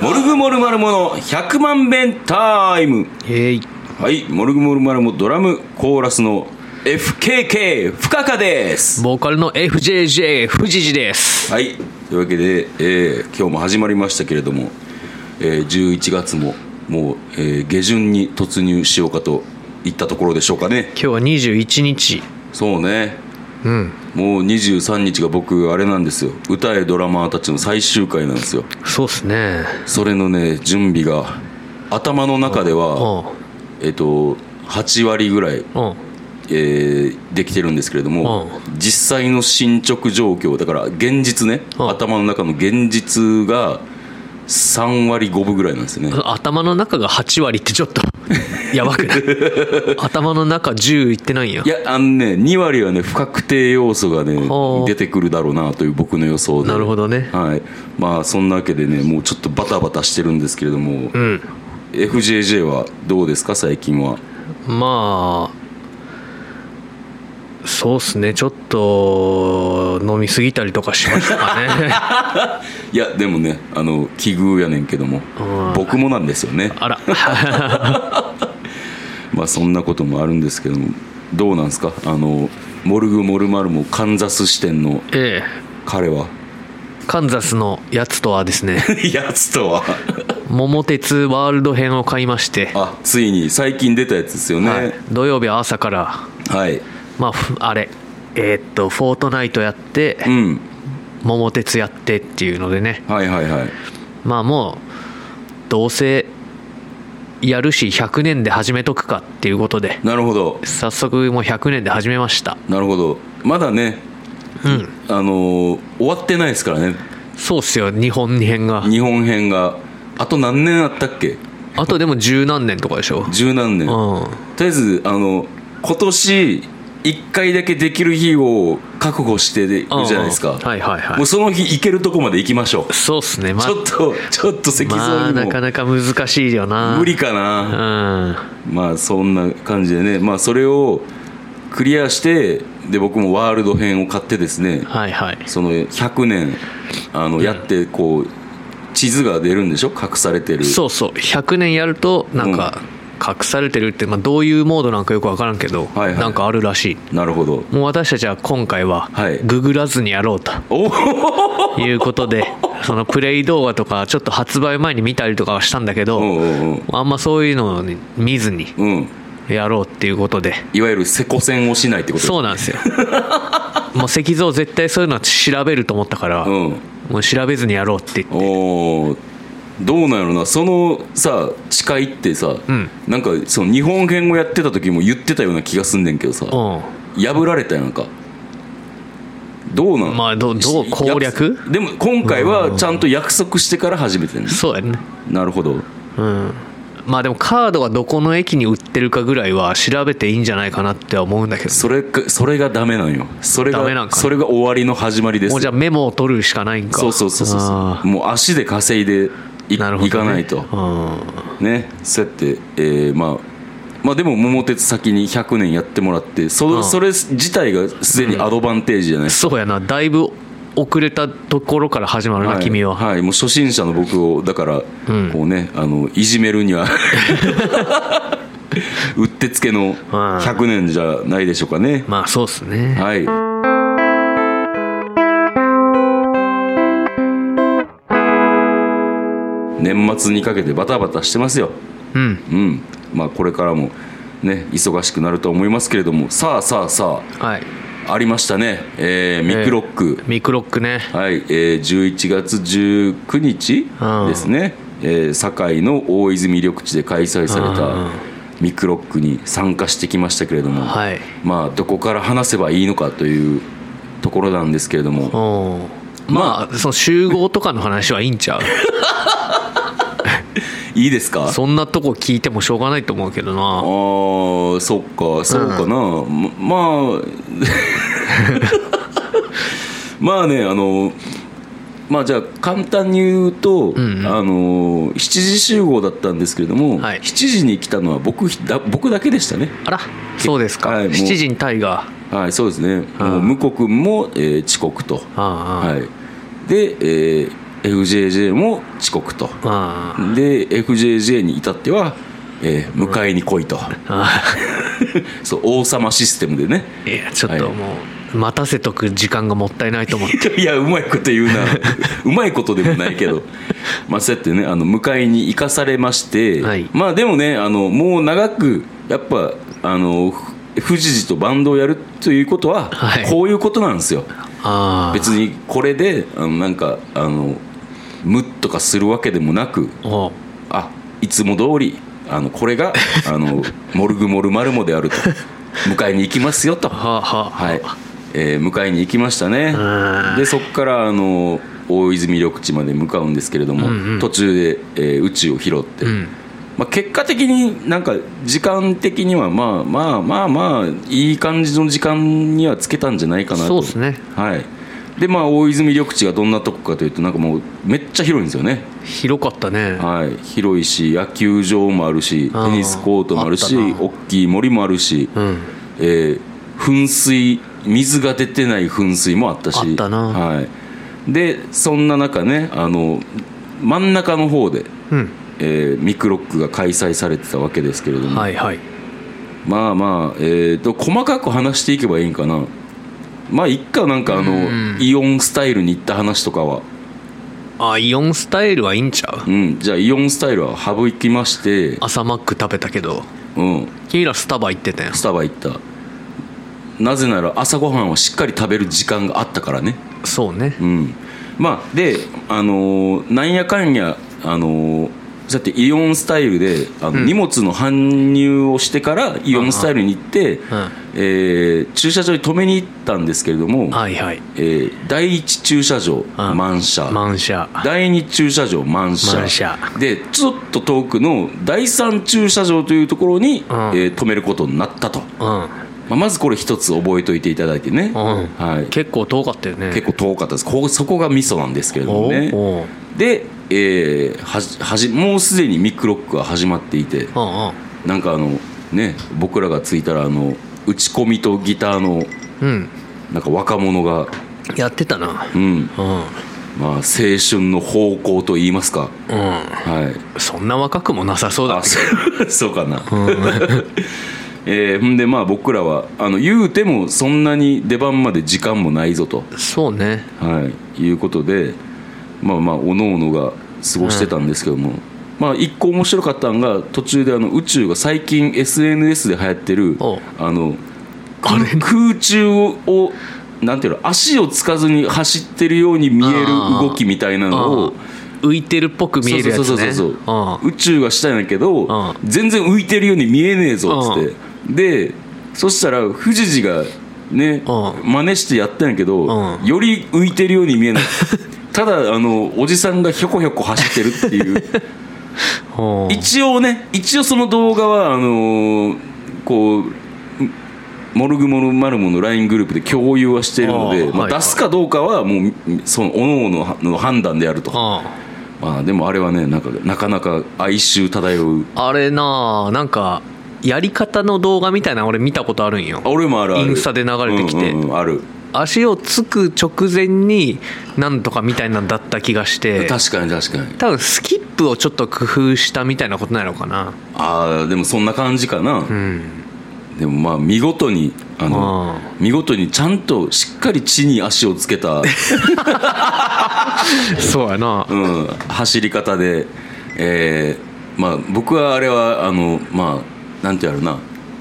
モルグモルマルモの100万弁タイムへいはいモルグモルマルモドラムコーラスの FKK 深カカですボーカルの FJJ 藤次ですはいというわけで、えー今日も始まりましたけれども、えー11月ももう、えー下旬に突入しようかといったところでしょうかね今日は21日そうねうんもう23日が僕あれなんですよ歌えドラマーたちの最終回なんですよそうっすねそれのね準備が頭の中ではうえっと8割ぐらい、んうんえーできてるんですけれども実際の進捗状況だから現実ねうん頭の中の現実が3割5分ぐらいなんですよね頭の中が8割ってちょっ とやばくない頭の中10いってないんやいやあのね2割はね不確定要素がねほう出てくるだろうなという僕の予想でなるほどねはいまあそんなわけでねもうちょっとバタバタしてるんですけれども、うん FJJ はどうですか最近はまあそうっすねちょっと飲みすぎたりとかしましたか ねいやでもねあの奇遇やねんけどもうん僕もなんですよねあらまあそんなこともあるんですけどもどうなんですかあのモルグモルマルモカンザス支店のええ彼 はカンザスのやつとはです ねやつとは桃鉄ワールド編を買いまして、あついに最近出たやつですよねはい土曜日朝からはい、まあふあれえーっとフォートナイトやって、うん桃鉄やってっていうのでねはいはいはいまあもうどうせやるし100年で始めとくかっていうことでなるほど早速もう100年で始めましたなるほどまだねうんあのー終わってないですからねそうっすよ日本編が日本編があと何年あったっけあとでも十何年とかでしょ十何年うんとりあえずあの今年1回だけできる日を確保してるじゃないですか、うんうんはいはいはいもうその日行けるとこまで行きましょう、そうっすねまちょっとちょっと石ま像あになもかなか難しいよな無理かうな、んまあそんな感じでねまあそれをクリアしてで僕もワールド編を買ってですねはいはいその100年あのやってこう地図が出るんでしょ隠されてるそうそう100年やるとなんか隠されてるって、まあ、どういうモードなんかよく分からんけど、はいはいなんかあるらしいなるほどもう私たちは今回ははいググらずにやろうとおおいうことで、そのプレイ動画とかちょっと発売前に見たりとかはしたんだけど、うんうんあんまそういうのをね見ずにうんうんやろうっていうことでいわゆるせこせんをしないってことそうなん ですよもう石像絶対そういうのは調べると思ったから、うんもう調べずにやろうって言っておーどうなんやろなそのさ誓いってさ、んなんかその日本編をやってた時も言ってたような気がすんねんけどさ、うん破られたやんかどうなんまあどうどうし攻略約でも今回はちゃんと約束してから始めてんねそうやねなるほどうんまあでもカードがどこの駅に売ってるかぐらいは調べていいんじゃないかなっては思うんだけどそれかそれがダメなんよそれがダメなんかなそれが終わりの始まりですもうじゃあメモを取るしかないんかそうそうそうそうあそうもう足で稼いでい,、ーなるほど、ね、かないとうねそうやって、えーまあまあでも桃鉄先に100年やってもらってそ,、うんそれ自体がすでにアドバンテージじゃないんそうやなだいぶ遅れたところから始まるな、い、君は、はい、もう初心者の僕をだから、うんこうねあのいじめるに はうってつけの100年じゃないでしょうかね、まあそうっすねはい年末にかけてバタバタしてますようんうんまあ、これからも、ね、忙しくなると思いますけれどもさあさあさはいあありましたね、えーミクロック、ミクロックねはいえー11月19日うんですね、えー堺の大泉緑地で開催されうんたミクロックに参加してきましたけれども、はいまあ、どこから話せばいいのかというところなんですけれども、うんまあその集合とかの話はいいんちゃ ういいですかそんなとこ聞いてもしょうがないと思うけどあなーそっかそうかな、ま まあまあねあのまあじゃあ簡単に言うと、んうんあの7時集合だったんですけれども、はい7時に来たのは僕だ僕だけでしたねあらそうですか、はいもう7時にタイガーはい、そうですね、うんもう向こう君も、えー遅刻と、ああ、はい、で、えー FJJ も遅刻と、ああで、FJJ に至っては、えー迎えに来いと、 そう王様システムでね、 いやちょっとはいもう待たせとく時間がもったいないと思っ ていや、うまいこと言うな、 うまいことでもないけど、 まあ、そうやってね、あの迎えに行かされまして、はいまあでもね、あのもう長く、やっぱ、あのふ富士寺とバンドをやるということは、はいこういうことなんですよ。ああ別にこれであのなんかあの無とかするわけでもなくおうあいつも通りあのこれがあ のモルグモルマルモであると迎えに行きますよと、ははあはあいえー迎えに行きましたねうんでそこからあの大泉緑地まで向かうんですけれども、うんうん途中で、えー宇宙を拾って、うんまあ、結果的になんか時間的にはまあまあまあまあいい感じの時間にはつけたんじゃないかなとそうですねはい、でまあ大泉緑地がどんなとこかというとなんかもうめっちゃ広いんですよね、広かったねはい、広いし野球場もあるしあーテニスコートもあるしあったな大きい森もあるし、うんえー噴水水が出てない噴水もあったしあったなはい、でそんな中ねあの真ん中の方で、うんえーミクロックが開催されてたわけですけれども、はいはいまあまあ、えー、と細かく話していけばいいんかなまあ一回なんかあの、うんイオンスタイルに行った話とかは、あイオンスタイルはいいんちゃううん、じゃあイオンスタイルは省きまして、朝マック食べたけどうん、君らスタバ行ってたよスタバ行ったなぜなら朝ごはんはしっかり食べる時間があったからねそうねうんまあであのーなんやかんやあのーそうやってイオンスタイルであの、荷物の搬入をしてからイオンスタイルに行って、うんえー駐車場に止めに行ったんですけれども、はいはいえー第1駐車場うん満車満車第2駐車場満車満車でちょっと遠くの第3駐車場というところに、うんえー止めることになったと、まうんあ、まずこれ一つ覚えておいていただいてね、うんはい、結構遠かったよね結構遠かったですここそこがミソなんですけれどもねおうおうで、えーはじはじもうすでにミックロックは始まっていてうんなんかあのね僕らが着いたらあの打ち込みとギターのうんなんか若者が、うんやってたなうんうんまあ、青春の方向といいますかうんはいそんな若くもなさそうだあったそうそう かな、えーほんでまあ僕らはあの言うてもそんなに出番まで時間もないぞと、そうねはい、いうことでまあまあおのおのが過ごしてたんですけども、まあ一個面白かったんが途中であの宇宙が最近 SNS で流行ってるおうあのあれ空中をなんていうの足をつかずに走ってるように見える動きみたいなのをうん浮いてるっぽく見えるやつねそうそうそうそうそううん宇宙がしたんやけど、う全然浮いてるように見えねえぞっつって、でそしたら富士寺がね、う真似してやったんやけど、うんより浮いてるように見 えないただあのおじさんがひょこひょこ走ってるっていうおう一応ね一応その動画はあのーこうモルグモルマルモの LINE グループで共有はしてるのであまーあはいはい出すかどうかはもうその各々の判断であるとうまあでもあれはねなんかなかなか哀愁漂うんあれなあなんかやり方の動画みたいなの俺見たことあるんよあ俺もあるあるインスタで流れてきてうんうんうんある足をつく直前になんとかみたいなんだった気がして確かに確かに多分スキップをちょっと工夫したみたいなことなのかなああでもそんな感じかな、うんでもまあ見事にあのあ見事にちゃんとしっかり地に足をつけ た、そうやなうん、走り方で、えーまあ、僕はあれはあのまあなんてやろうな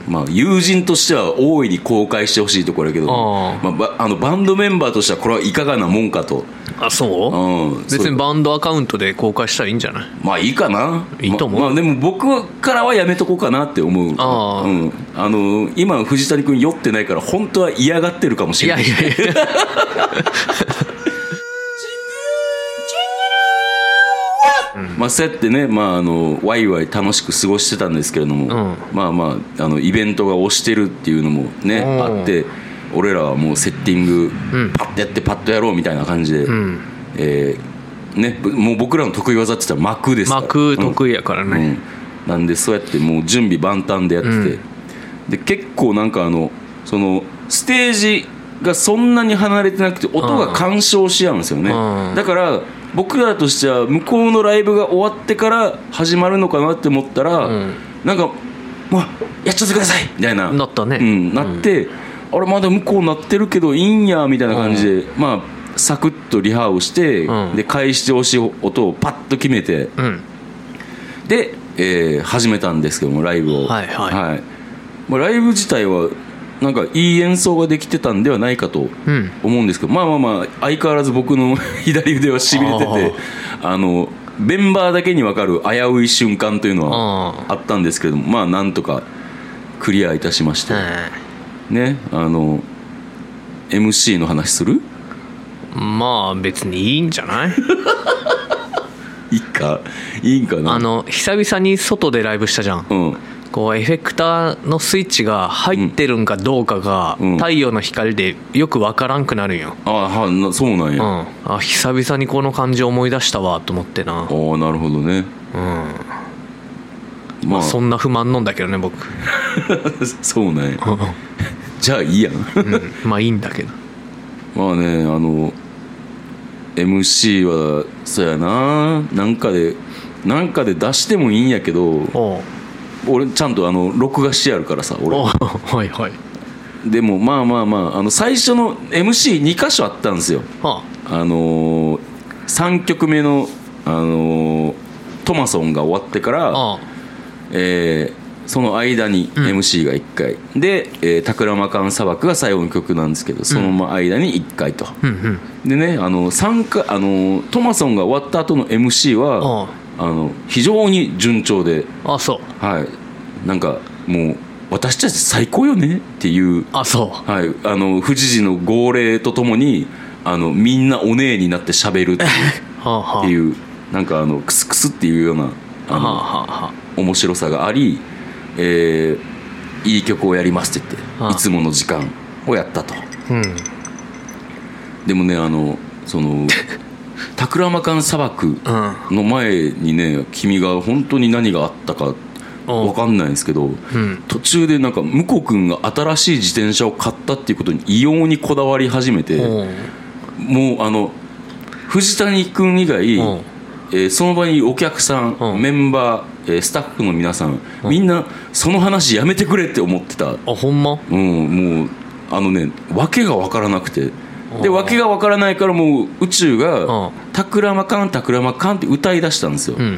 まあ、友人としては大いに公開してほしいところやけど、あまあば、あのバンドメンバーとしてはこれはいかがなもんかと、あそううん、そう別にバンドアカウントで公開したらいいんじゃないまあいいかないいと思うままあでも僕からはやめとこうかなって思うああうん、あの今藤谷君酔ってないから本当は嫌がってるかもしいれなやいいやいやまあ、そうやってね、まあ、あのワイワイ楽しく過ごしてたんですけれども、んまあまああのイベントが押してるっていうのもねうんあって俺らはもうセッティング、うんパッとやってパッとやろうみたいな感じで、んえーね、ぶもう僕らの得意技って言ったら幕ですから幕うん得意やからね、うん、なんでそうやってもう準備万端でやってて、うんで結構なんかあのそのステージがそんなに離れてなくて音が干渉し合うんですよね、うんだから僕らとしては向こうのライブが終わってから始まるのかなって思ったら、んなんか「もうやっちゃってください」みたいななったねうん、なって、あれまだ向こうなってるけどいいんやみたいな感じで、まあサクッとリハをして、うんで返してほしい音をパッと決めて、うんで、えー始めたんですけどもライブをはいはいまあ、ライブ自体はなんかいい演奏ができてたんではないかとうん思うんですけど、まあまあまあ相変わらず僕の 左腕はしびれててあのメンバーだけに分かる危うい瞬間というのはあったんですけれどもまあなんとかクリアいたしまして、ねあの MC の話するうんまあ別にいいんじゃない いいかいいんかなあの久々に外でライブしたじゃんうんこうエフェクターのスイッチが入ってるんかどうかがうん太陽の光でよくわからんくなるんよ、あはなそうなんうや、んああ久々にこの感じ思い出したわと思ってなあーなるほどねまあそんな不満なんだけどね僕 そうねうじゃあい いやんんまあいいんだけどまあねあの MC はそうやななんかでなんかで出してもいいんやけどおう俺ちゃんとあの録画してあるからさおう俺はいはいでもまあまあまああの最初の MC2 箇所あったんですよああのー、3曲目の、あのートマソンが終わってからああえーその間に MC が1回、で、えー、タクラマカン砂漠が最後の曲なんですけどその間に1回と、うんうんでねあの参加あのトマソンが終わった後の MC はあの非常に順調であそうはいなんかもう私たち最高よねっていう、あそうはい、あの富士寺の号令とともにあのみんなお姉になってしゃべるっていうはあはあっていうなんかあのクスクスっていうようなはああのはあは面白さがあり、えーいい曲をやりますって言っああていつもの時間をやったとあうんでもねあのそ のタクラマカン砂漠うんの前にね君が本当に何があったかお分うかんないんですけど、ん途中でなんか向こう君が新しい自転車を買ったっていうことに異様にこだわり始めておうもうあの藤谷君以外、うんえーその場にお客さん、うんメンバー、えースタッフの皆さん、みんなその話やめてくれって思ってた、あほんまうん、もうあのね訳が分からなくてで訳が分からないからもう宇宙うんが「タクラマカンタクラマカン」って歌い出したんですよ、うん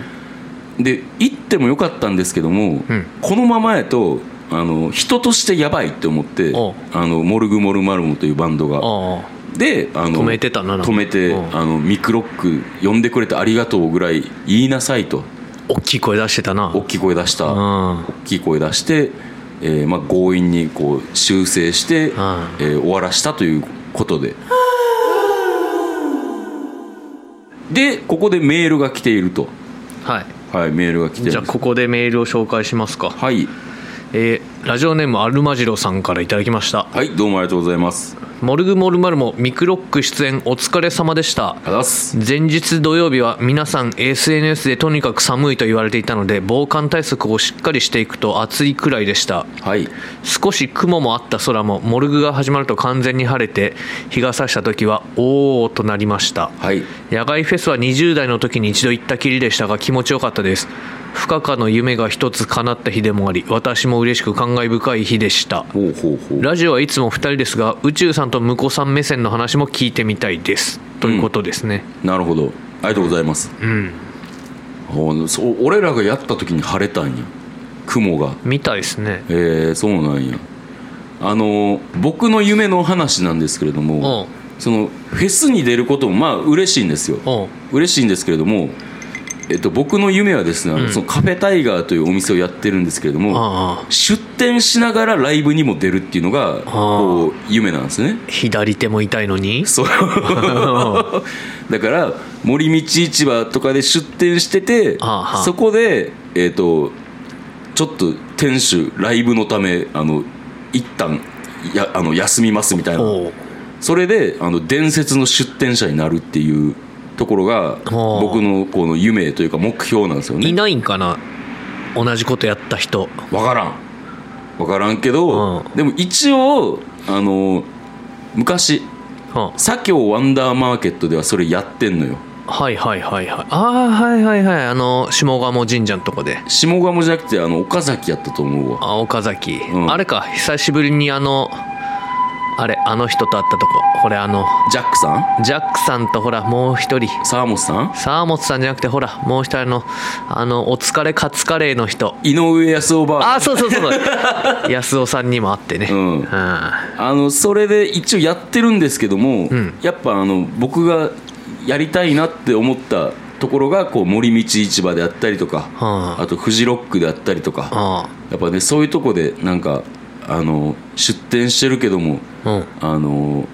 で行ってもよかったんですけども、うんこのままやとあの人としてやばいって思っておうあのモルグモルマルモというバンドがあであの止めてたななんか止めてうんあのミクロック呼んでくれてありがとうぐらい言いなさいとあ大きい声出してたな大きい声出した、う大んうんきい声出して、えーまあ、強引にこう修正して、えー終わらしたということででここでメールが来ているとはいはいメールが来てじるゃんあですここでメールを紹介しますかはいえーラジオネームアルマジロさんからいただきましたはいどうもありがとうございますありがとう「モルグモルマルモミクロック出演お疲れ様でした」ございます前日土曜日は皆さん SNS でとにかく寒いと言われていたので防寒対策をしっかりしていくと暑いくらいでしたはい少し雲もあった空もモルグが始まると完全に晴れて日が差した時はおーとなりましたはい野外フェスは20代の時に一度行ったきりでしたが気持ちよかったです不可可の夢が一つ叶った日でもあり私も嬉しく感慨深い日でしたほうほうほうラジオはいつも2人ですが宇宙さんと向こさん目線の話も聞いてみたいですということですね、なるほどありがとうございますうんそう俺らがやった時に晴れたんや雲がみたいですねえー、そうなんやあの僕の夢の話なんですけれどもそのフェスに出ることもまあ嬉しいんですよおう嬉しいんですけれどもえっと、僕の夢はですね、あのそのカフェタイガーというお店をやってるんですけれどもあ出店しながらライブにも出るっていうのがこう夢なん ですねあ左手も痛いのにそう だから森道市場とかで出店しててあはあそこでえっ、とちょっと店主ライブのためあの一旦やあの休みますみたいなおうそれであの伝説の出店者になるっていうところがおう僕のこの夢というか目標なんですよいねないんかな同じことやった人わからんわからんけどうんでも一応あの昔は左京ワンダーマーケットではそれやってんのよあはいはいはいはいああはいはいはいあの下鴨神社のとこで下鴨じゃなくてあの岡崎やったと思うわあ岡崎、んあれか久しぶりにあのあれあの人と会ったとここれあのジャックさんジャックさんとほらもう一人沢本さん沢本さんじゃなくてほらもう一人あのあのお疲れカツカレーの人井上康夫バーあそうそうそうそう 安尾さんにも会ってねうんはあのそれで一応やってるんですけども、やっぱあの僕がやりたいなって思ったところがこう森道市場であったりとか、ああとフジロックであったりとか、あやっぱねそういうとこでなんかあの出店してるけどもうんあの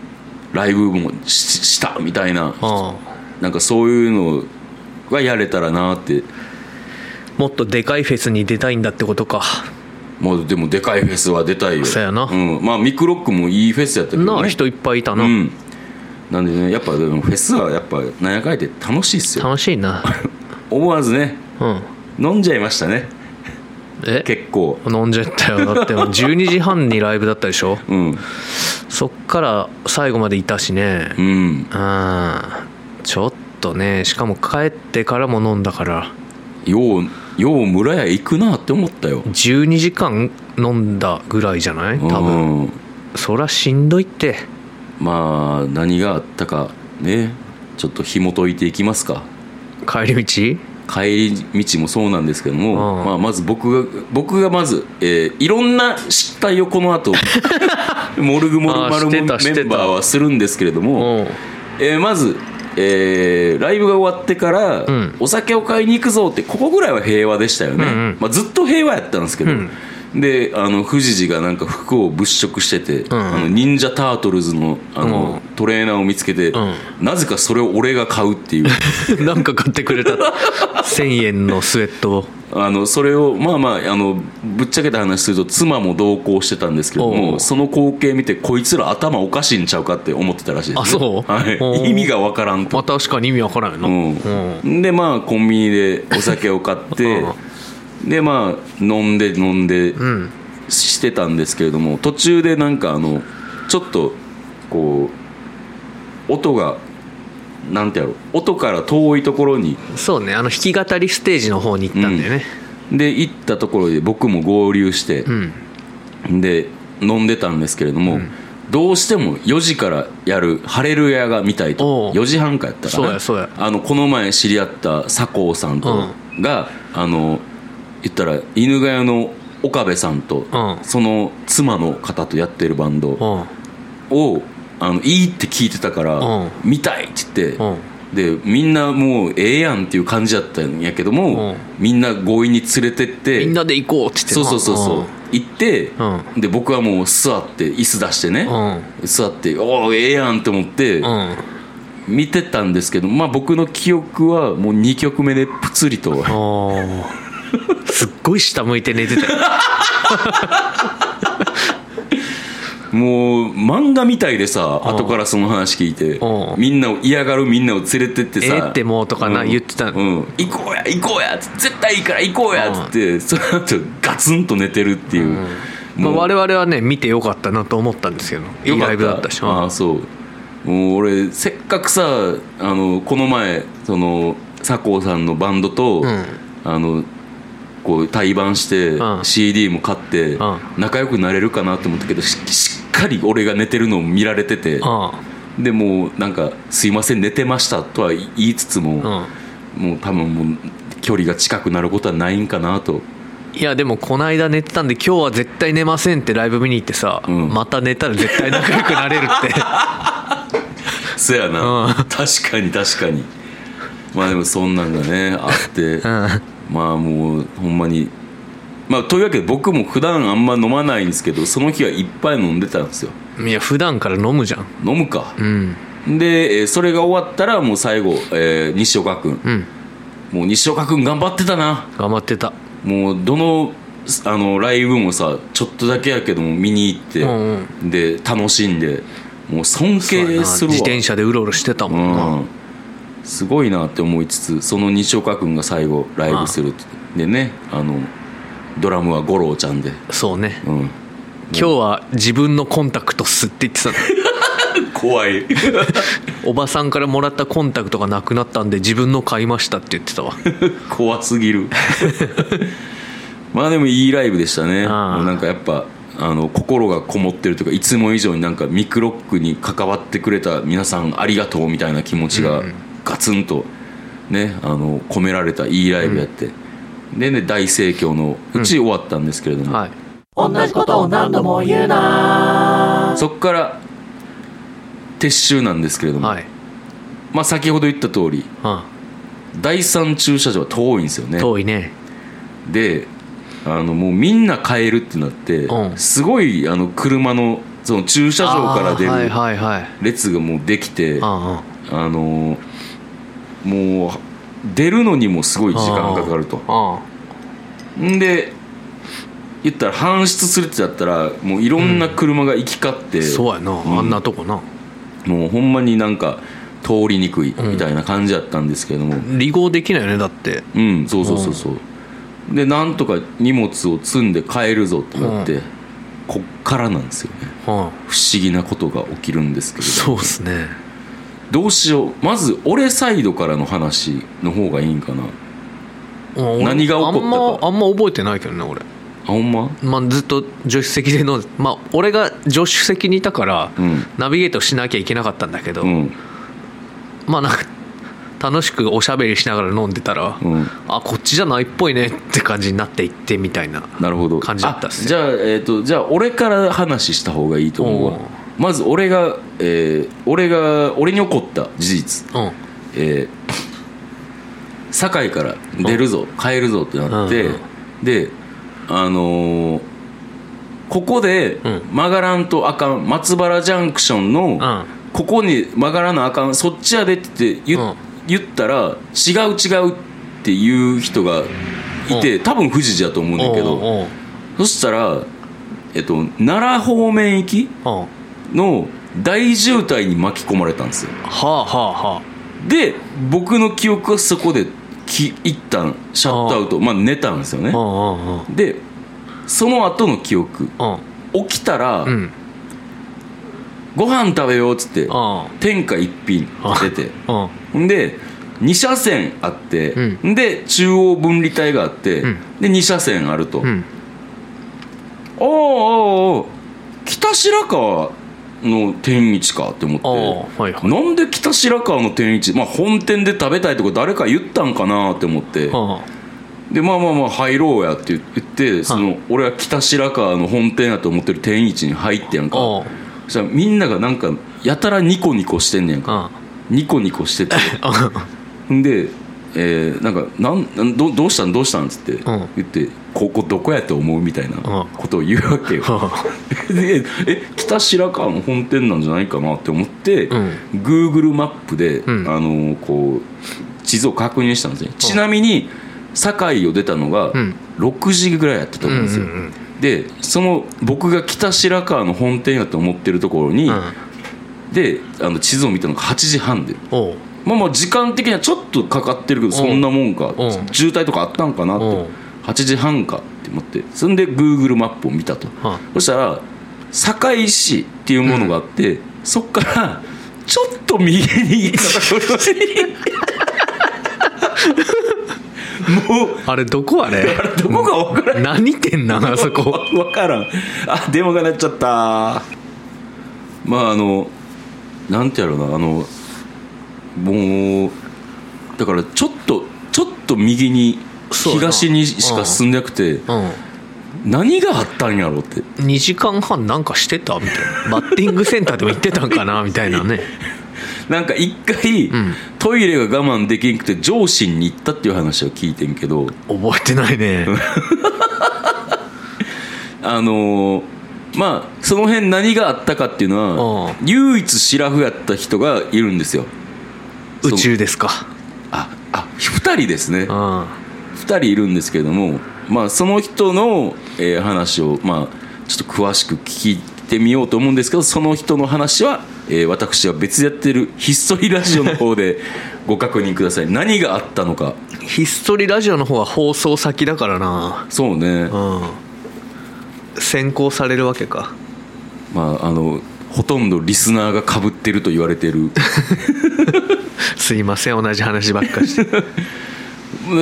ライブもししたみたいなあなんかそういうのがやれたらなってもっとでかいフェスに出たいんだってことかまあでもでかいフェスは出たいよ、そうやなんまあミクロックもいいフェスやったけど、ね、なあ人いっぱいいたな、うん、なんでねやっぱでもフェスはやっぱなんやかんやで楽しいっすよ楽し いな思わずねうん飲んじゃいましたねえ結構飲んじゃったよ だってもう12時半にライブだったでしょうんそっから最後までいたしねうんうんちょっとねしかも帰ってからも飲んだからようよう村屋行くなって思ったよ12時間飲んだぐらいじゃない多分うんそりゃしんどいってまあ何があったかねちょっと紐解いていきますか帰り道帰り道もそうなんですけども、うんまあ、まず僕が僕がまず、えーいろんな失態をこの 後モルグモルマルモあーメしてンバたしてたーはするんですけれどうも、んえーまず、えーライブが終わってから、んお酒を買いに行くぞってここぐらいは平和でしたよね、うんうんまあ、ずっと平和やったんですけど、であの富士寺がなんか服を物色してて、んあの忍者タートルズのあの、トレーナーを見つけて、んなぜかそれを俺が買うって いうなんか買ってくれた1000円のスウェットをあのそれをまあまああのぶっちゃけた話すると妻も同行してたんですけどおもうその光景見てこいつら頭おかしいんちゃうかって思ってたらしいです、ね、あそうはおうい、意味がわからんとまあ確かに意味わからんよなうんうん、でまあコンビニでお酒を買ってでまあ飲んで飲んでんしてたんですけれども途中でなんかあのちょっとこう音がなんてやろう音から遠いところにそうねあの弾き語りステージの方に行ったんだよねで行ったところで僕も合流して、うんで飲んでたんですけれども、どうしても4時からやる「ハレルヤ」が見たいおとう4時半かやったかなそうやそうやあのこの前知り合った佐藤さんと、があの言ったら犬ヶ谷の岡部さんと、うんその妻の方とやってるバンドうんをあのいいって聞いてたから、うん見たいって言って、うんでみんなもうええやんっていう感じだったんやけども、うんみんな強引に連れてってみんなで行こうっつってそうそうそうそう行って、うで僕はもう座って椅子出してね、座っておおええやんって思ってうんうん見てたんですけど、まあ、僕の記憶はもう2曲目でプツリとああすっごい下向いて寝てたよもう漫画みたいでさ後からその話聞いてうんみんなを嫌がるみんなを連れてってさええってもうとかな言ってたうん行こうや行こうやって絶対いいから行こうやっつってその後ガツンと寝てるっていう、まあ我々はね見てよかったなと思ったんですけどいいライブだったしああそうもう俺せっかくさあのこの前その佐藤さんのバンドと、うんあのこう対バンして、うん CD も買って、うん仲良くなれるかなと思ったけどししっかり俺が寝てるのを見られてて、うでもうなんか「すいません寝てました」とは言いつつんも、うんもう多分もう距離が近くなることはないんかなといやでもこの間寝てたんで今日は絶対寝ませんってライブ見に行ってさ、うんまた寝たら絶対仲良くなれるってそやな、うん確かに確かにまあでもそんなんがねあって、 まあもうほんまにまあというわけで僕も普段あんま飲まないんですけどその日はいっぱい飲んでたんですようんいや普段から飲むじゃん飲むか、うんでえーそれが終わったらもう最後、えー西岡君うんもう西岡君頑張ってたな頑張ってたもうどのあのライブもさちょっとだけやけども見に行って、うんで楽しんでもう尊そうやな敬す自るわ転車でうろうろしてたもんな、うん、すごいなって思いつつその西岡君が最後ライブするってでねあのドラムは五郎ちゃんで、そうねうん、今日は自分のコンタクトっすって言 ってたの怖いおばさんからもらったコンタクトがなくなったんで自分の買いましたって言っ てたわ怖すぎる まあでもいいライブでしたねああもうなんかやっぱあの心がこもってるというかいつも以上になんかミクロックに関わってくれた皆さんありがとうみたいな気持ちがガツンと、ねあの込められたいいライブやって、でね大盛況のうち終わったんですけれども、はいそこから撤収なんですけれども、はい、まあ、先ほど言った通りう第3駐車場は遠いんですよねん、遠いねであのもうみんな帰るってなって、うんすごいあの車のその駐車場から出あーはいるはいはい列がもうできて、うんうんあのもう出るのにもすごい時間がかかるとうんんで言ったら搬出するってなったらもういろんな車が行き交って、そうやな、あんなとこなもうほんまになんか通りにくいみたいな感じだったんですけれども、離合できないよねだってうんそうそうそうそう、でなんとか荷物を積んで帰るぞってなって、こっからなんですよねうん不思議なことが起きるんですけれどそうっすねどうしようまず俺サイドからの話の方がいいんかなうん俺何が起こったかあんまあんま覚えてないけどね俺、あほんままあ、ずっと助手席で飲んでまあ俺が助手席にいたから、うんナビゲートしなきゃいけなかったんだけど、うんまあなんか楽しくおしゃべりしながら飲んでたら、うんあこっちじゃないっぽいねって感じになっていってみたいななるほど感じだったっすあじゃあ、えー、とじゃあ俺から話した方がいいと思うわおうまず俺が、えー俺が俺に起こった事実うんえー堺から出るぞ帰るぞってなって、うんであのーここでん曲がらんとあかん松原ジャンクションの、んここに曲がらなあかんそっちやでって言,、うん言ったら違う違うっていう人がいて、多分富士寺やと思うんだけど、うんうんそしたら、えっと、奈良方面行きうんはの大渋滞に巻き込まれたんですよあはあはで僕の記憶はそこでき一旦シャットアウトまあ寝たんですよねあうんうんうんでその後の記憶うん起きたら、うんご飯食べようっつってあ天下一品出てうんほんで2車線あって、うで中央分離帯があって、うんで2車線あると、うんおーおーおー北白川の天一かって思ってああはいはいなんで北白川の天一まあ本店で食べたいとこ誰か言ったんかなって思ってうんでまあまあまあ入ろうやって言ってその俺は北白川の本店やと思ってる天一に入ってやんかうんそしたらみんながなんかやたらニコニコしてんねやんうかんニコニコして てんで、えーなんかなんなんどどうしたんどうしたんっつってん言って「ここどこやと思う?」みたいなことを言うわけよ でえ北白川の本店なんじゃないかなって思って、 うん Google マップで、んあのこう地図を確認したんですねちなみに堺を出たのがん6時ぐらいやったと思うんですよ、うんうんうんでその僕が北白川の本店やと思ってるところに、うんであの地図を見たのが8時半でおうまあまあ時間的にはちょっとかかってるけどそんなもんかうん渋滞とかあったんかなっうんて8時半かって思ってそんで Google マップを見たとはそしたら堺市っていうものがあって、そっからちょっと右に行ったところにもうあれどこ あれどこか分からん何言ってんなあそこ分からんあ電話が鳴っちゃったまああのなんてやろうなあのもうだからちょっとちょっと右にそうやな東にしか進んでなくてうん何があったんやろうって2時間半なんかしてたみたいなバッティングセンターでも行ってたんか なみたいなねなんか一回、んトイレが我慢できなくて上司に行ったっていう話は聞いてんけど覚えてないねあのーまあその辺何があったかっていうのはう唯一シラフやった人がいるんですよ宇宙ですかああ2人ですねうん2人いるんですけれども、まあ、その人の、えー話を、まあ、ちょっと詳しく聞いてみようと思うんですけどその人の話は、えー私は別でやってるひっそりラジオの方 でご確認ください何があったのかひっそりラジオの方は放送先だからなそうねうん先行されるわけかまああのほとんどリスナーがかぶってると言われてる すいません同じ話ばっかして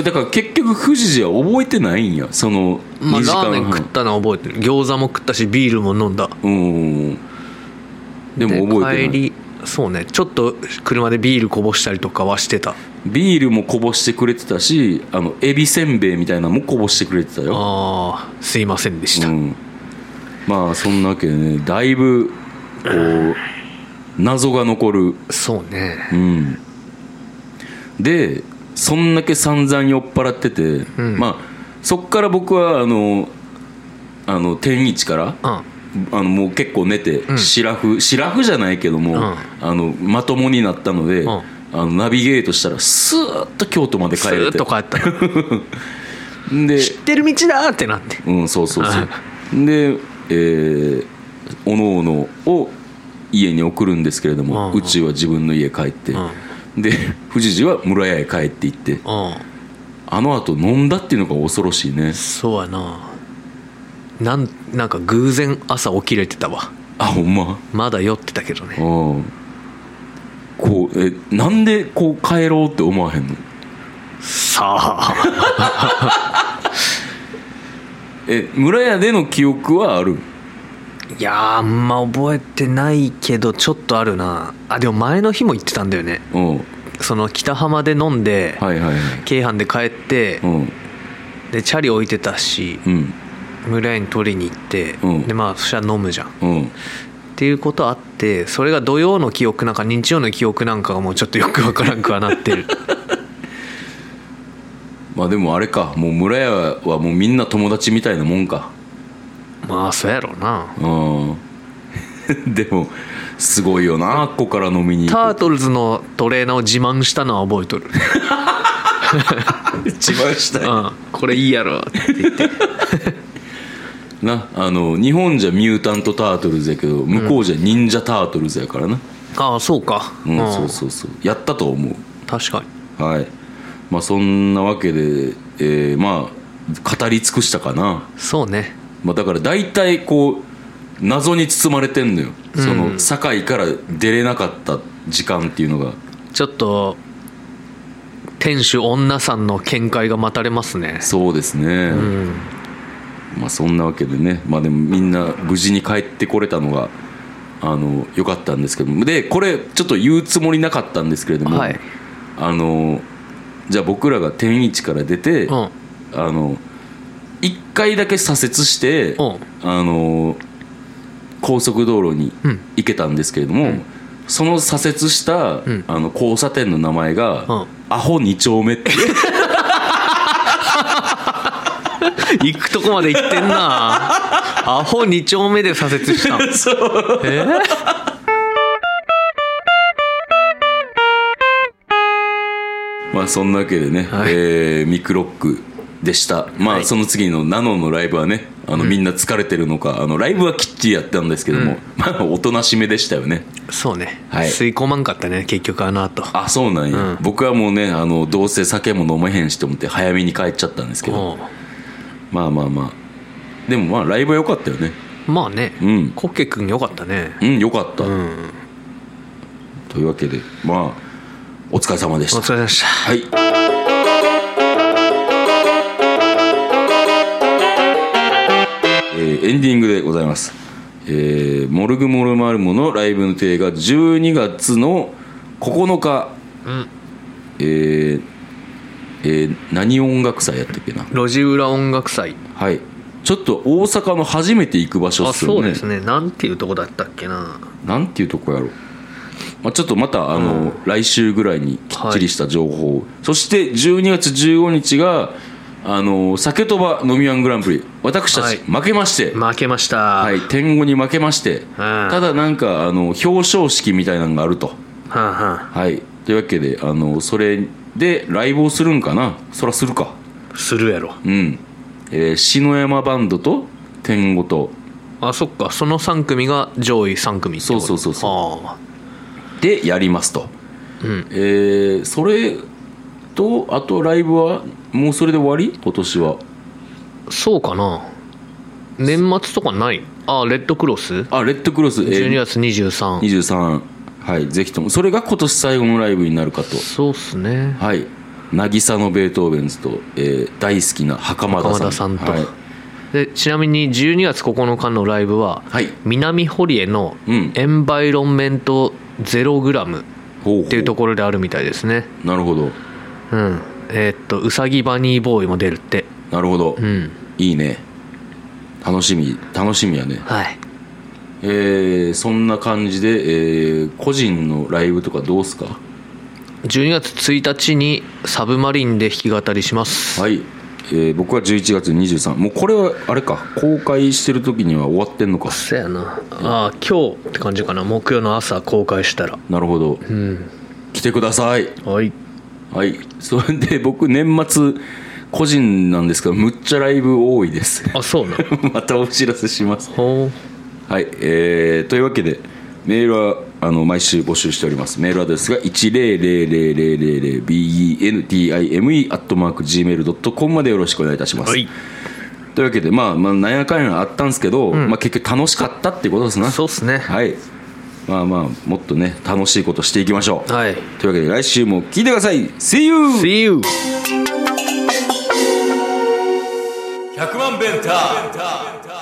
だから結局富士寺は覚えてないんやそのまあ2時ラー間メン食っ半たのは覚えてる餃子も食ったしビールも飲んだうんでも覚えて帰ないりそうねちょっと車でビールこぼしたりとかはしてたビールもこぼしてくれてたしあのエビせんべいみたいなのもこぼしてくれてたよああすいませんでした、うん、まあそんなわけでねだいぶこう謎が残るそうねうんでそんだけ散々酔っ払ってて、んまあそっから僕はあのあの天一からうんあのもう結構寝て、んシラフシラフじゃないけども、うんあのまともになったので、んあのナビゲートしたらスーッと京都まで帰スれーてッと帰ったで 知ってる道だーってなってうん、そうそうそう。で、えー、おのおのを家に送るんですけれども、うんうちは自分の家帰って、で、富士寺は村屋へ帰って行って、うんあの後飲んだっていうのが恐ろしいね。そうやななんなんか偶然朝起きれてたわあ、ほんま。まだ酔ってたけどねうん。こう、え、なんでこう帰ろうって思わへんのさあえ、村屋での記憶はあるいやーあんま覚えてないけどちょっとあるなあでも前の日も行ってたんだよねうん。その北浜で飲んで、はいはいはい。京阪で帰ってう、ん。でチャリ置いてたしうん。村屋に取りに行って、うんでまあそしたら飲むじゃんっうん。ていうことあってそれが土曜の記憶なんか日曜の記憶なんかがもうちょっとよくわからんくはなって るまあでもあれか、もう村屋はもうみんな友達みたいなもんか。まあそうやろうなうん でもすごいよなあっこから飲みにタ行ーくトルズのトレーナーを自慢したのは覚 えとる一番下うやんこれいい やろって言ってなあの日本じゃミュータント・タートルズやけど向こうじゃ忍者タートルズやからなああそうかうん、そうそうそうやったと思う確かにはいまあそんなわけで、えーまあ語り尽くしたかな、そうねまあ、だから大体こう謎に包まれてんのよ、その堺から出れなかった時間っていうのがちょっと店主女さんの見解が待たれますねそうですね、うんまあ、そんなわけでね、まあ、でもみんな無事に帰ってこれたのがあの良かったんですけどもでこれちょっと言うつもりなかったんですけれども、はいあのじゃあ僕らが天一から出て、うんあの1回だけ左折して、うんあの高速道路にうん行けたんですけれども、その左折した、んあの交差点の名前が、うんアホ2丁目っていう 行くとこまで行ってんなアホ2丁目で左折したんそうえまあそんなわけでね、はいえーミクロックでしたまあ、その次のナノのライブはねあのみんな疲れてるのか、あのライブはきっちりやったんですけども、まあおとなしめでしたよねそうね、はい吸い込まんかったね結局あの後あそうなんや、うん僕はもうねあのどうせ酒も飲めへんしと思って早めに帰っちゃったんですけど、うまあまあまあでもまあライブは良かったよねんまあね、うんコッケ君よかったねうん良かった、うんというわけでまあお疲れ様でしおた疲れ様でしたはいえーエンディングでございます、えーモルグモルマルモのライブの予定が12月の9日、うんえーえー何音楽祭やったっけな路地裏音楽祭はいちょっと大阪の初めて行く場所あっすよねそうですねなんていうとこだったっけななんていうとこやろう、まあ、ちょっとまたあの、来週ぐらいにきっちりした情報を、そして12月15日があの酒とば飲みワングランプリ私たはちい負けまして、負けましたはいは天狗に負けまして、ただなんかあの表彰式みたいなのがあるとあははいというわけであのそれでライブをするんかなそらするかあするやろうん、えー篠山バンドと天狗とあそっかその3組が上位3組ってことそうそうそうそあでやりますとあうんえーそれとあとライブはもうそれで終わり今年はそうかな年末とかないあレッドクロスあレッドクロス、え12ー、月23 23はいぜひともそれが今年最後のライブになるかとそうっすねはい渚のベートーベンズと、えー大好きな袴田さん袴田さんと、はい、でちなみに12月9日のライブは、はい南堀江のうんエンバイロンメントゼログラムほうほっていうところであるみたいですねなるほどうんえーっとうさぎバニーボーイも出るってなるほど、うんいいね楽しみ楽しみやねはいえーそんな感じで、えー個人のライブとかどうすか12月1日にサブマリンで弾き語りします、はい、えー僕は11月23もうこれはあれか公開してる時には終わってんのかそやなああ今日って感じかな木曜の朝公開したらなるほど、うん来てくださいはいはいそれで僕年末個人なんですけどむっちゃライブ多いです あそうなまたお知らせしますほうはい、えーというわけでメールはあの毎週募集しておりますメールアドレスが 1000000bentime.gmail.com までよろしくお願いいたします、はいというわけでまあ、まあ、なんやかんやあったんですけど、まあ、結局楽しかったっていうことですなそうっすねはいまあまあもっとね楽しいことしていきましょう、はいというわけで来週も聞いてください See you! See you! 100万ベンター